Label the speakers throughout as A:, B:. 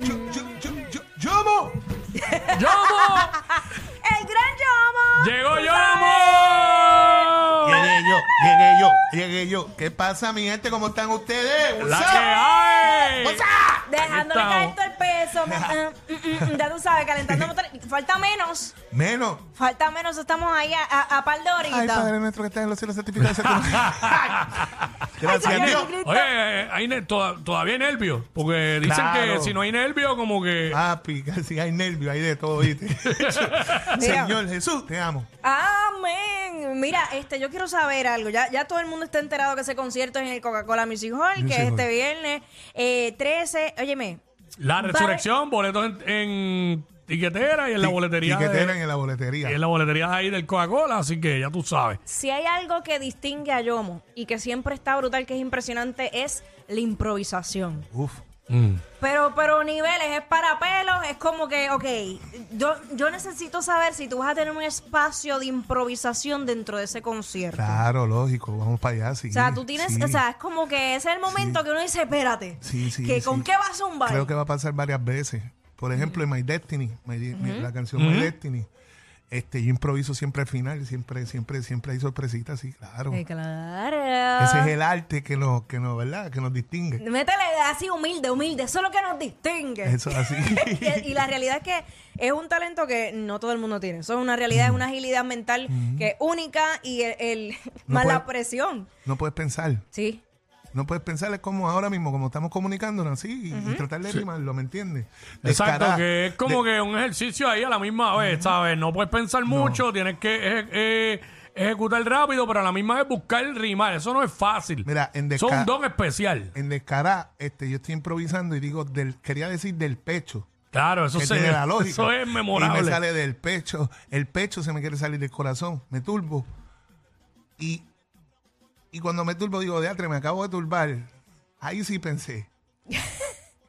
A: es?
B: ¡Yomo!
A: ¡Yomo!
C: ¡El gran Yomo!
A: ¡Llegó Yomo!
B: Llegué yo, llegué yo, llegué yo. ¿Qué pasa, mi gente? ¿Cómo están ustedes?
A: ¡La que hay!
C: Dejándole
A: Aquí
C: caer
A: estamos.
C: todo el peso. mm, mm, mm, ya tú sabes, calentando motores. Falta menos.
B: Menos.
C: Falta menos. Estamos ahí a, a, a par de
B: Ay,
C: horitas.
B: Padre nuestro que estás en los cielos certificados. Gracias a
C: Ay,
B: Dios.
C: Cristo.
A: Oye, eh, hay ne- toda- todavía hay nervios. Porque dicen
B: Claro.
A: que si no hay nervios, como que.
B: Papi, casi hay nervios, hay de todo, ¿viste? Señor Jesús, te amo.
C: Amén. Mira, este, yo quiero saber algo. Ya, ya todo el mundo está enterado que ese concierto es en el Coca-Cola Music Hall, que
B: Music
C: es este
B: Hall.
C: viernes eh, 13. Óyeme.
A: La resurrección, boletos en, en tiquetera y en la boletería. de-
B: Tiquetera en la boletería.
A: y en la boletería ahí del Coca-Cola, así que ya tú sabes.
C: Si hay algo que distingue a Yomo y que siempre está brutal, que es impresionante, es la improvisación.
B: Uf. Mm.
C: Pero, pero niveles, es para pelos, es como que, ok, yo, yo necesito saber si tú vas a tener un espacio de improvisación dentro de ese concierto.
B: Claro, lógico. Vamos para allá, sí.
C: O sea, tú tienes,
B: sí.
C: o sea, es como que ese es el momento que uno dice, espérate,
B: Sí, sí,
C: que
B: sí.
C: con qué vas a zumbar. Mm.
B: Creo que va a pasar varias veces. Por ejemplo, en My Destiny, My De- mi- la canción My Destiny, este, yo improviso siempre al final, siempre, siempre, siempre hay sorpresitas, sí, claro.
C: Eh, claro.
B: Ese es el arte que nos, que nos, ¿verdad? Que nos distingue.
C: Métele así humilde, humilde, eso es lo que nos distingue.
B: Eso es así.
C: y, y la realidad es que es un talento que no todo el mundo tiene. Eso es una realidad, es
B: Mm.
C: una agilidad mental que es única y el, el-
B: No
C: más la
B: puede-
C: presión.
B: No puedes pensar.
C: Sí.
B: No puedes pensar, es como ahora mismo, como estamos comunicándonos así y, y tratar de rimarlo, ¿me entiendes?
A: Exacto,
B: Descarada.
A: que es como
B: De-
A: que un ejercicio ahí a la misma vez, ¿sabes? No puedes pensar mucho, tienes que eje- eh, ejecutar rápido, pero a la misma vez buscar el rimar. Eso no es fácil.
B: Mira, en
A: Eso es
B: desca-
A: un don especial.
B: En descará, este, yo estoy improvisando y digo, del, quería decir del pecho.
A: Claro, eso,
B: que
A: se-
B: tiene la lógica.
A: eso es memorable.
B: Y me sale del pecho. El pecho se me quiere salir del corazón. Me turbo. Y, y cuando me turbo, digo, diatre, me acabo de turbar. Ahí sí pensé.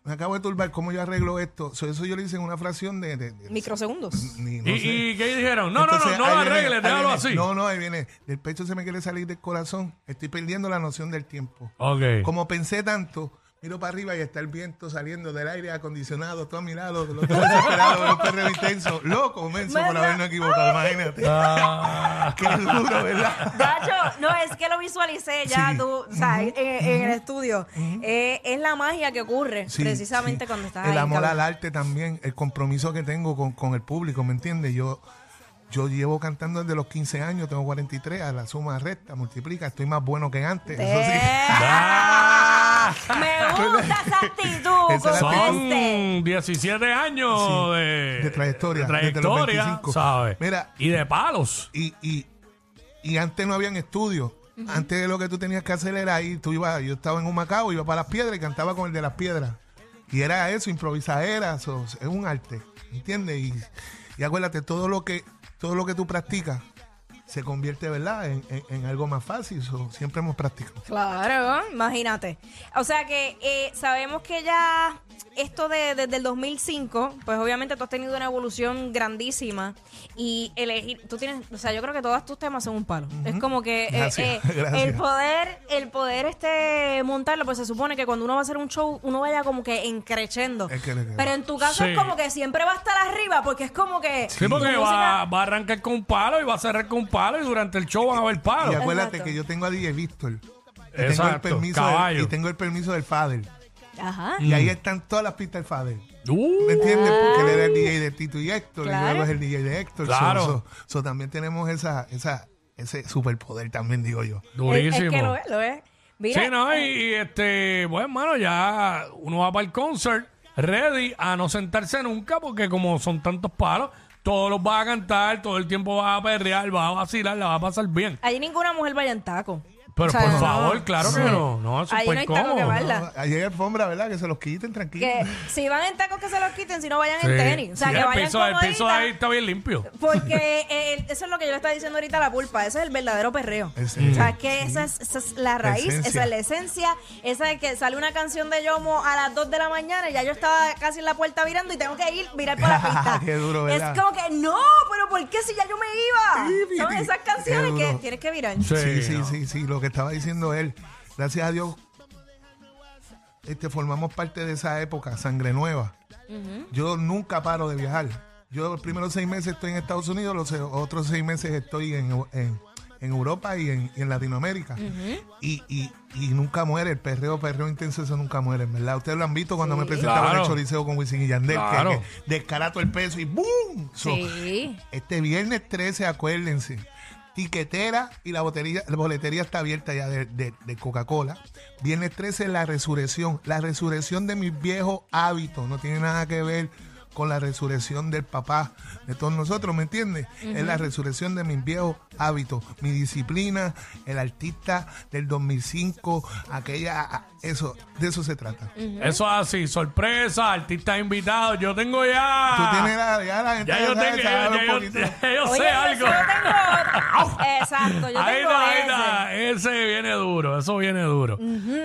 B: me acabo de turbar. ¿Cómo yo arreglo esto? So, eso yo lo hice en una fracción de. de- de-
C: Microsegundos.
B: ni- no
A: ¿Y,
B: sé.
A: y qué dijeron? No,
B: Entonces,
A: no, no, no lo
B: ahí viene-
A: arregles,
B: ahí
A: déjalo
B: viene-
A: así.
B: No, no, ahí viene. Del pecho se me quiere salir del corazón. Estoy perdiendo la noción del tiempo.
A: Ok.
B: Como pensé tanto, miro para arriba y está el viento saliendo del aire acondicionado, todo a mi lado, los dos desesperados, los perros intensos. Loco, menso, por
C: ¿Verdad?
B: habernos equivocado, imagínate. Qué duro, ¿verdad?
C: Gacho, no, es que lo visualicé ya
B: Sí.
C: tú, o sea, en, en el estudio. Eh, es la magia que ocurre
B: Sí,
C: precisamente
B: sí.
C: cuando estás
B: El
C: ahí.
B: amor
C: cabrón.
B: al arte también, el compromiso que tengo con, con el público, ¿me entiendes? Yo, yo llevo cantando desde los 15 años, tengo 43, a la suma recta, multiplica, estoy más bueno que antes. Eso sí.
C: ¡Eh! Me gusta esa actitud,
B: Esa es la
A: Son
C: conteste.
A: 17 años
B: Sí,
A: de,
B: de trayectoria,
A: de
B: desde los
A: trayectoria,
B: 25.
A: ¿sabes?
B: Mira.
A: y de palos.
B: y, y, y antes no habían estudios. Antes de lo que tú tenías que hacer era ir, tú ibas, yo estaba en un macao, iba para las piedras y cantaba con el de las piedras. Y era eso, improvisadera, eso, es un arte, ¿entiendes? Y, y acuérdate, todo lo que, todo lo que tú practicas se convierte, ¿verdad?, en, en- en algo más fácil. so, siempre hemos practicado.
C: Claro, imagínate. O sea que eh, sabemos que ya esto de, desde el 2005, pues obviamente tú has tenido una evolución grandísima y elegir, tú tienes, o sea, yo creo que todos tus temas son un palo. Es como que eh,
B: Gracias,
C: eh,
B: gracias.
C: el poder, el poder este montarlo, pues se supone que cuando uno va a hacer un show, uno vaya como que encrechendo.
B: Es que le queda.
C: Pero en tu caso
A: Sí.
C: es como que siempre va a estar arriba, porque es como que
A: Sí, porque
C: tu
A: va,
C: música-
A: va a arrancar con palos y va a cerrar con palos y durante el show van a haber
B: Y
A: palos.
B: acuérdate
C: Exacto.
B: que yo tengo a DJ Víctor. y tengo el
A: Exacto,
B: permiso
A: caballo. Mm.
B: del- y tengo el permiso del Fader.
C: Ajá.
B: Y ahí están todas las pistas del Fader.
A: Uh,
B: ¿Me entiendes? Porque él era el DJ de Tito y Héctor,
C: Claro.
B: y luego es el DJ de Héctor. So-
A: Claro.
B: So, so también tenemos esa, esa, ese superpoder también, digo yo.
C: Es, es
A: durísimo.
C: que lo es, lo es. Mira, eh.
A: sí, no, y, y, este, bueno, hermano, ya uno va para el concert ready a no sentarse nunca porque como son tantos palos, todos los vas a cantar, todo el tiempo vas a perrear, vas a vacilar, la vas a pasar bien.
C: Allí ninguna mujer vaya en taco.
A: Pero
C: O sea,
A: por
C: no.
A: favor, claro que no. No, eso
C: Ahí
A: fue
C: no hay
A: cómodo.
C: tanto que valga.
B: No, Ahí hay alfombra, ¿verdad? Que se los quiten tranquilo.
C: Que si van en tacos que se los quiten, si no vayan
A: Sí.
C: en tenis. O sea,
A: Sí,
C: que
A: el
C: vayan
A: piso, el piso de ahí
C: comoditas.
A: está bien limpio.
C: Porque eh, eso es lo que yo le estaba diciendo ahorita a la pulpa. Ese es el verdadero perreo.
B: Es-
C: o sea, que esa, es, esa es la raíz,
B: esencia.
C: esa es la esencia. Esa es que sale una canción de Yomo a las 2 de la mañana y ya yo estaba casi en la puerta virando y tengo que ir virar por la pista.
B: Qué duro, ¿verdad?
C: Es como que, no, pero ¿por qué si ya yo me
B: Sí,
C: iba? Son
B: Piti,
C: esas
B: qué
C: canciones que
B: duro.
C: tienes que virar.
A: Sí,
B: Sí, sí,
A: no.
B: sí, sí, lo que estaba diciendo él. Gracias a Dios, este, formamos parte de esa época, sangre nueva. Yo nunca paro de viajar. Yo los primeros seis meses estoy en Estados Unidos, los otros seis meses estoy en, en- en Europa y en, y en Latinoamérica. y, y- y nunca muere, el perreo, perreo intenso, eso nunca muere, en ¿verdad? Ustedes lo han visto cuando me presentaba en
A: Claro.
B: el Choliseo con Wisin y Yandel, que-
A: Claro.
B: que, descarato el peso y ¡boom! So,
C: Sí.
B: este viernes 13, acuérdense. Tiquetera y la, botería, la boletería está abierta ya de, de- de Coca-Cola. Viernes 13, la resurrección. La resurrección de mis viejos hábitos. No tiene nada que ver con la resurrección del papá de todos nosotros, ¿me entiendes? Es la resurrección de mis viejos hábitos. Mi disciplina, el artista del 2005, aquella... a- Eso, de eso se trata.
A: Eso es así, sorpresa, artistas invitados. Yo tengo ya.
B: Tú tienes la... Ya la gente
A: Ah. Ya yo
B: sabe-
A: tengo, ya,
B: sabe un
A: ya yo,
B: poquito.
A: ya yo sé
C: Oye,
A: algo.
C: Yo tengo otra. Exacto, yo
A: ahí
C: tengo
A: está, ahí
C: ese.
A: está. Ese viene duro, eso viene duro.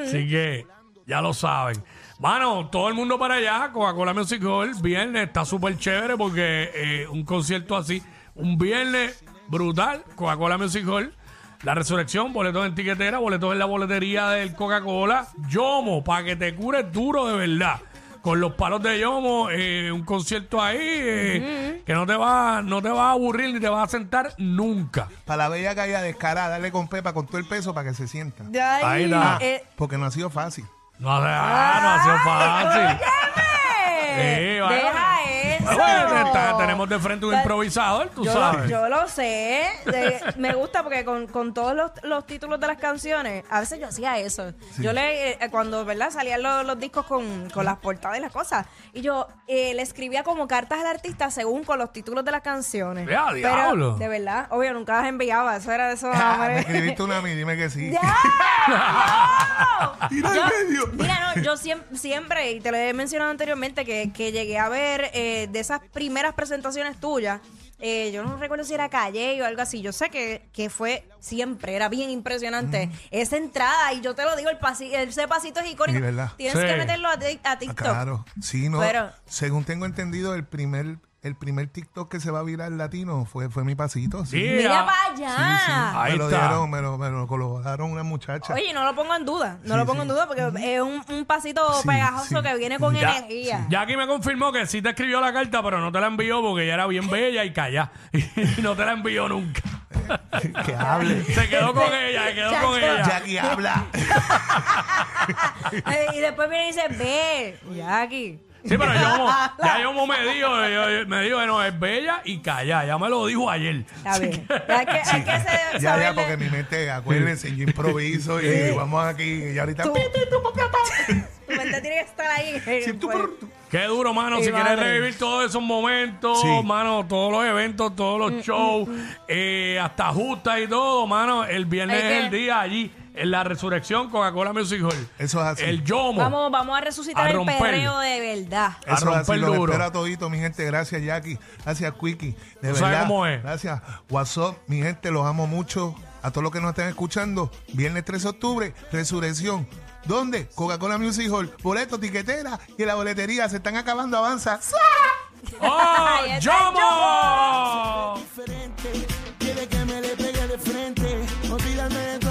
A: Así que ya lo saben. Mano, todo el mundo para allá, Coca-Cola Music Hall, viernes, está súper chévere porque eh, un concierto así, un viernes brutal, Coca-Cola Music Hall, La Resurrección, boletos en tiquetera, boletos en la boletería del Coca-Cola, Yomo, para que te cures duro de verdad. Con los palos de Yomo, eh, un concierto ahí eh, que no te va no te va a aburrir ni te vas a sentar nunca.
B: Para la bella caída descarada, dale con Pepa con todo el peso para que se sienta. Ah,
A: Ahí
C: Ahí
A: está.
C: está.
B: Porque no ha sido fácil.
A: No, hace- ah, no ha sido fácil. Sí, vale.
C: ah, Deja
A: Bueno, está-
C: eso.
A: tenemos de frente un
C: Pero-
A: improvisador, tú
C: yo, lo,
A: sabes.
C: yo lo sé. De- me gusta porque con, con todos los, los títulos de las canciones, a veces yo hacía eso. Yo le, eh, cuando ¿verdad? salían los, los discos con, con las portadas y las cosas, y yo eh, le escribía como cartas al artista según con los títulos de las canciones.
A: Vea, diablo.
C: De verdad, obvio, nunca las enviaba. Eso era de esos
B: me
C: amores.
B: escribiste una a mí, dime que sí.
C: ¡Ya! ¡No!
B: Tira
C: Yo-
B: al medio.
C: Mira, no, yo siempre, siempre, y te lo he mencionado anteriormente, que, que llegué a ver eh, de esas primeras presentaciones tuyas. eh, yo no recuerdo si era Calle o algo así. Yo sé que, que fue siempre, era bien impresionante. Esa entrada, y yo te lo digo, el pasi- ese pasito es icónico.
B: Sí, ¿verdad?
C: Tienes
A: Sí.
C: que meterlo a, ti- a
B: Ah,
C: TikTok.
B: Claro. Sí, no.
C: Pero-
B: Según tengo entendido, el primer, el primer TikTok que se va a virar latino fue, fue mi pasito. Sí. Ah,
A: Sí,
C: Mira
A: ah,
C: para allá.
A: Ahí
B: me lo
A: está.
B: dieron, me lo, me lo colocaron una muchacha.
C: Ah. Oye, no lo pongo en duda. No
B: Sí,
C: lo pongo
B: sí.
C: en duda porque es un, un pasito
B: Sí,
C: pegajoso
B: sí.
C: que viene con
A: Ya-
C: energía.
A: Jackie me confirmó que sí te escribió la carta, pero no te la envió porque ella era bien bella y calla. Y no te la envió nunca.
B: que hable.
A: Se quedó con
C: Este
A: ella, se quedó con
C: Ya-
A: ella.
B: Jackie habla.
C: Eh, y después viene y dice, ve, Jackie.
A: Sí, pero yo mo- ya yo mo me dijo, yo- yo- me dijo que no, es bella y calla. Ya me lo dijo ayer.
C: Está bien. Hay que, hay que
B: ya,
C: se-
B: ya,
C: saberle-
B: porque mi mente, acuérdense, yo improviso y vamos aquí. Y ahorita.
C: Tú-
B: pi, pi, tu, pa, pa, pa.
C: Tu mente tiene que estar ahí.
B: Sí, tú,
C: Pues,
B: por- tú.
A: Qué duro, mano.
C: Sí,
A: si quieres
C: madre.
A: revivir todos esos momentos,
B: Sí.
A: mano, todos los eventos, todos
C: Mm,
A: los shows, eh, hasta justas y todo, mano. El viernes
C: Hay que-
A: es el día allí, en la resurrección, Coca-Cola Music Hall.
B: Eso es así.
A: El Yomo.
C: vamos, vamos a resucitar
A: A
C: el
A: romper.
C: perreo de verdad.
A: A
B: Eso es así,
A: romper
B: lo que
A: duro.
B: espero a todito, mi gente. Gracias, Jackie. Gracias, Quickie. De
A: Tú sabes
B: verdad.
A: cómo es.
B: Gracias, WhatsApp. Mi gente, los amo mucho. A todos los que nos están escuchando. Viernes 3 de octubre, Resurrección. ¿Dónde? Coca-Cola Music Hall. Boleto, tiquetera y la boletería. Se están acabando. Avanza.
A: ¡Oh,
C: Ahí está el
A: Yomo!
D: diferente. Quiere que me le pegue de frente. Olvídame de tu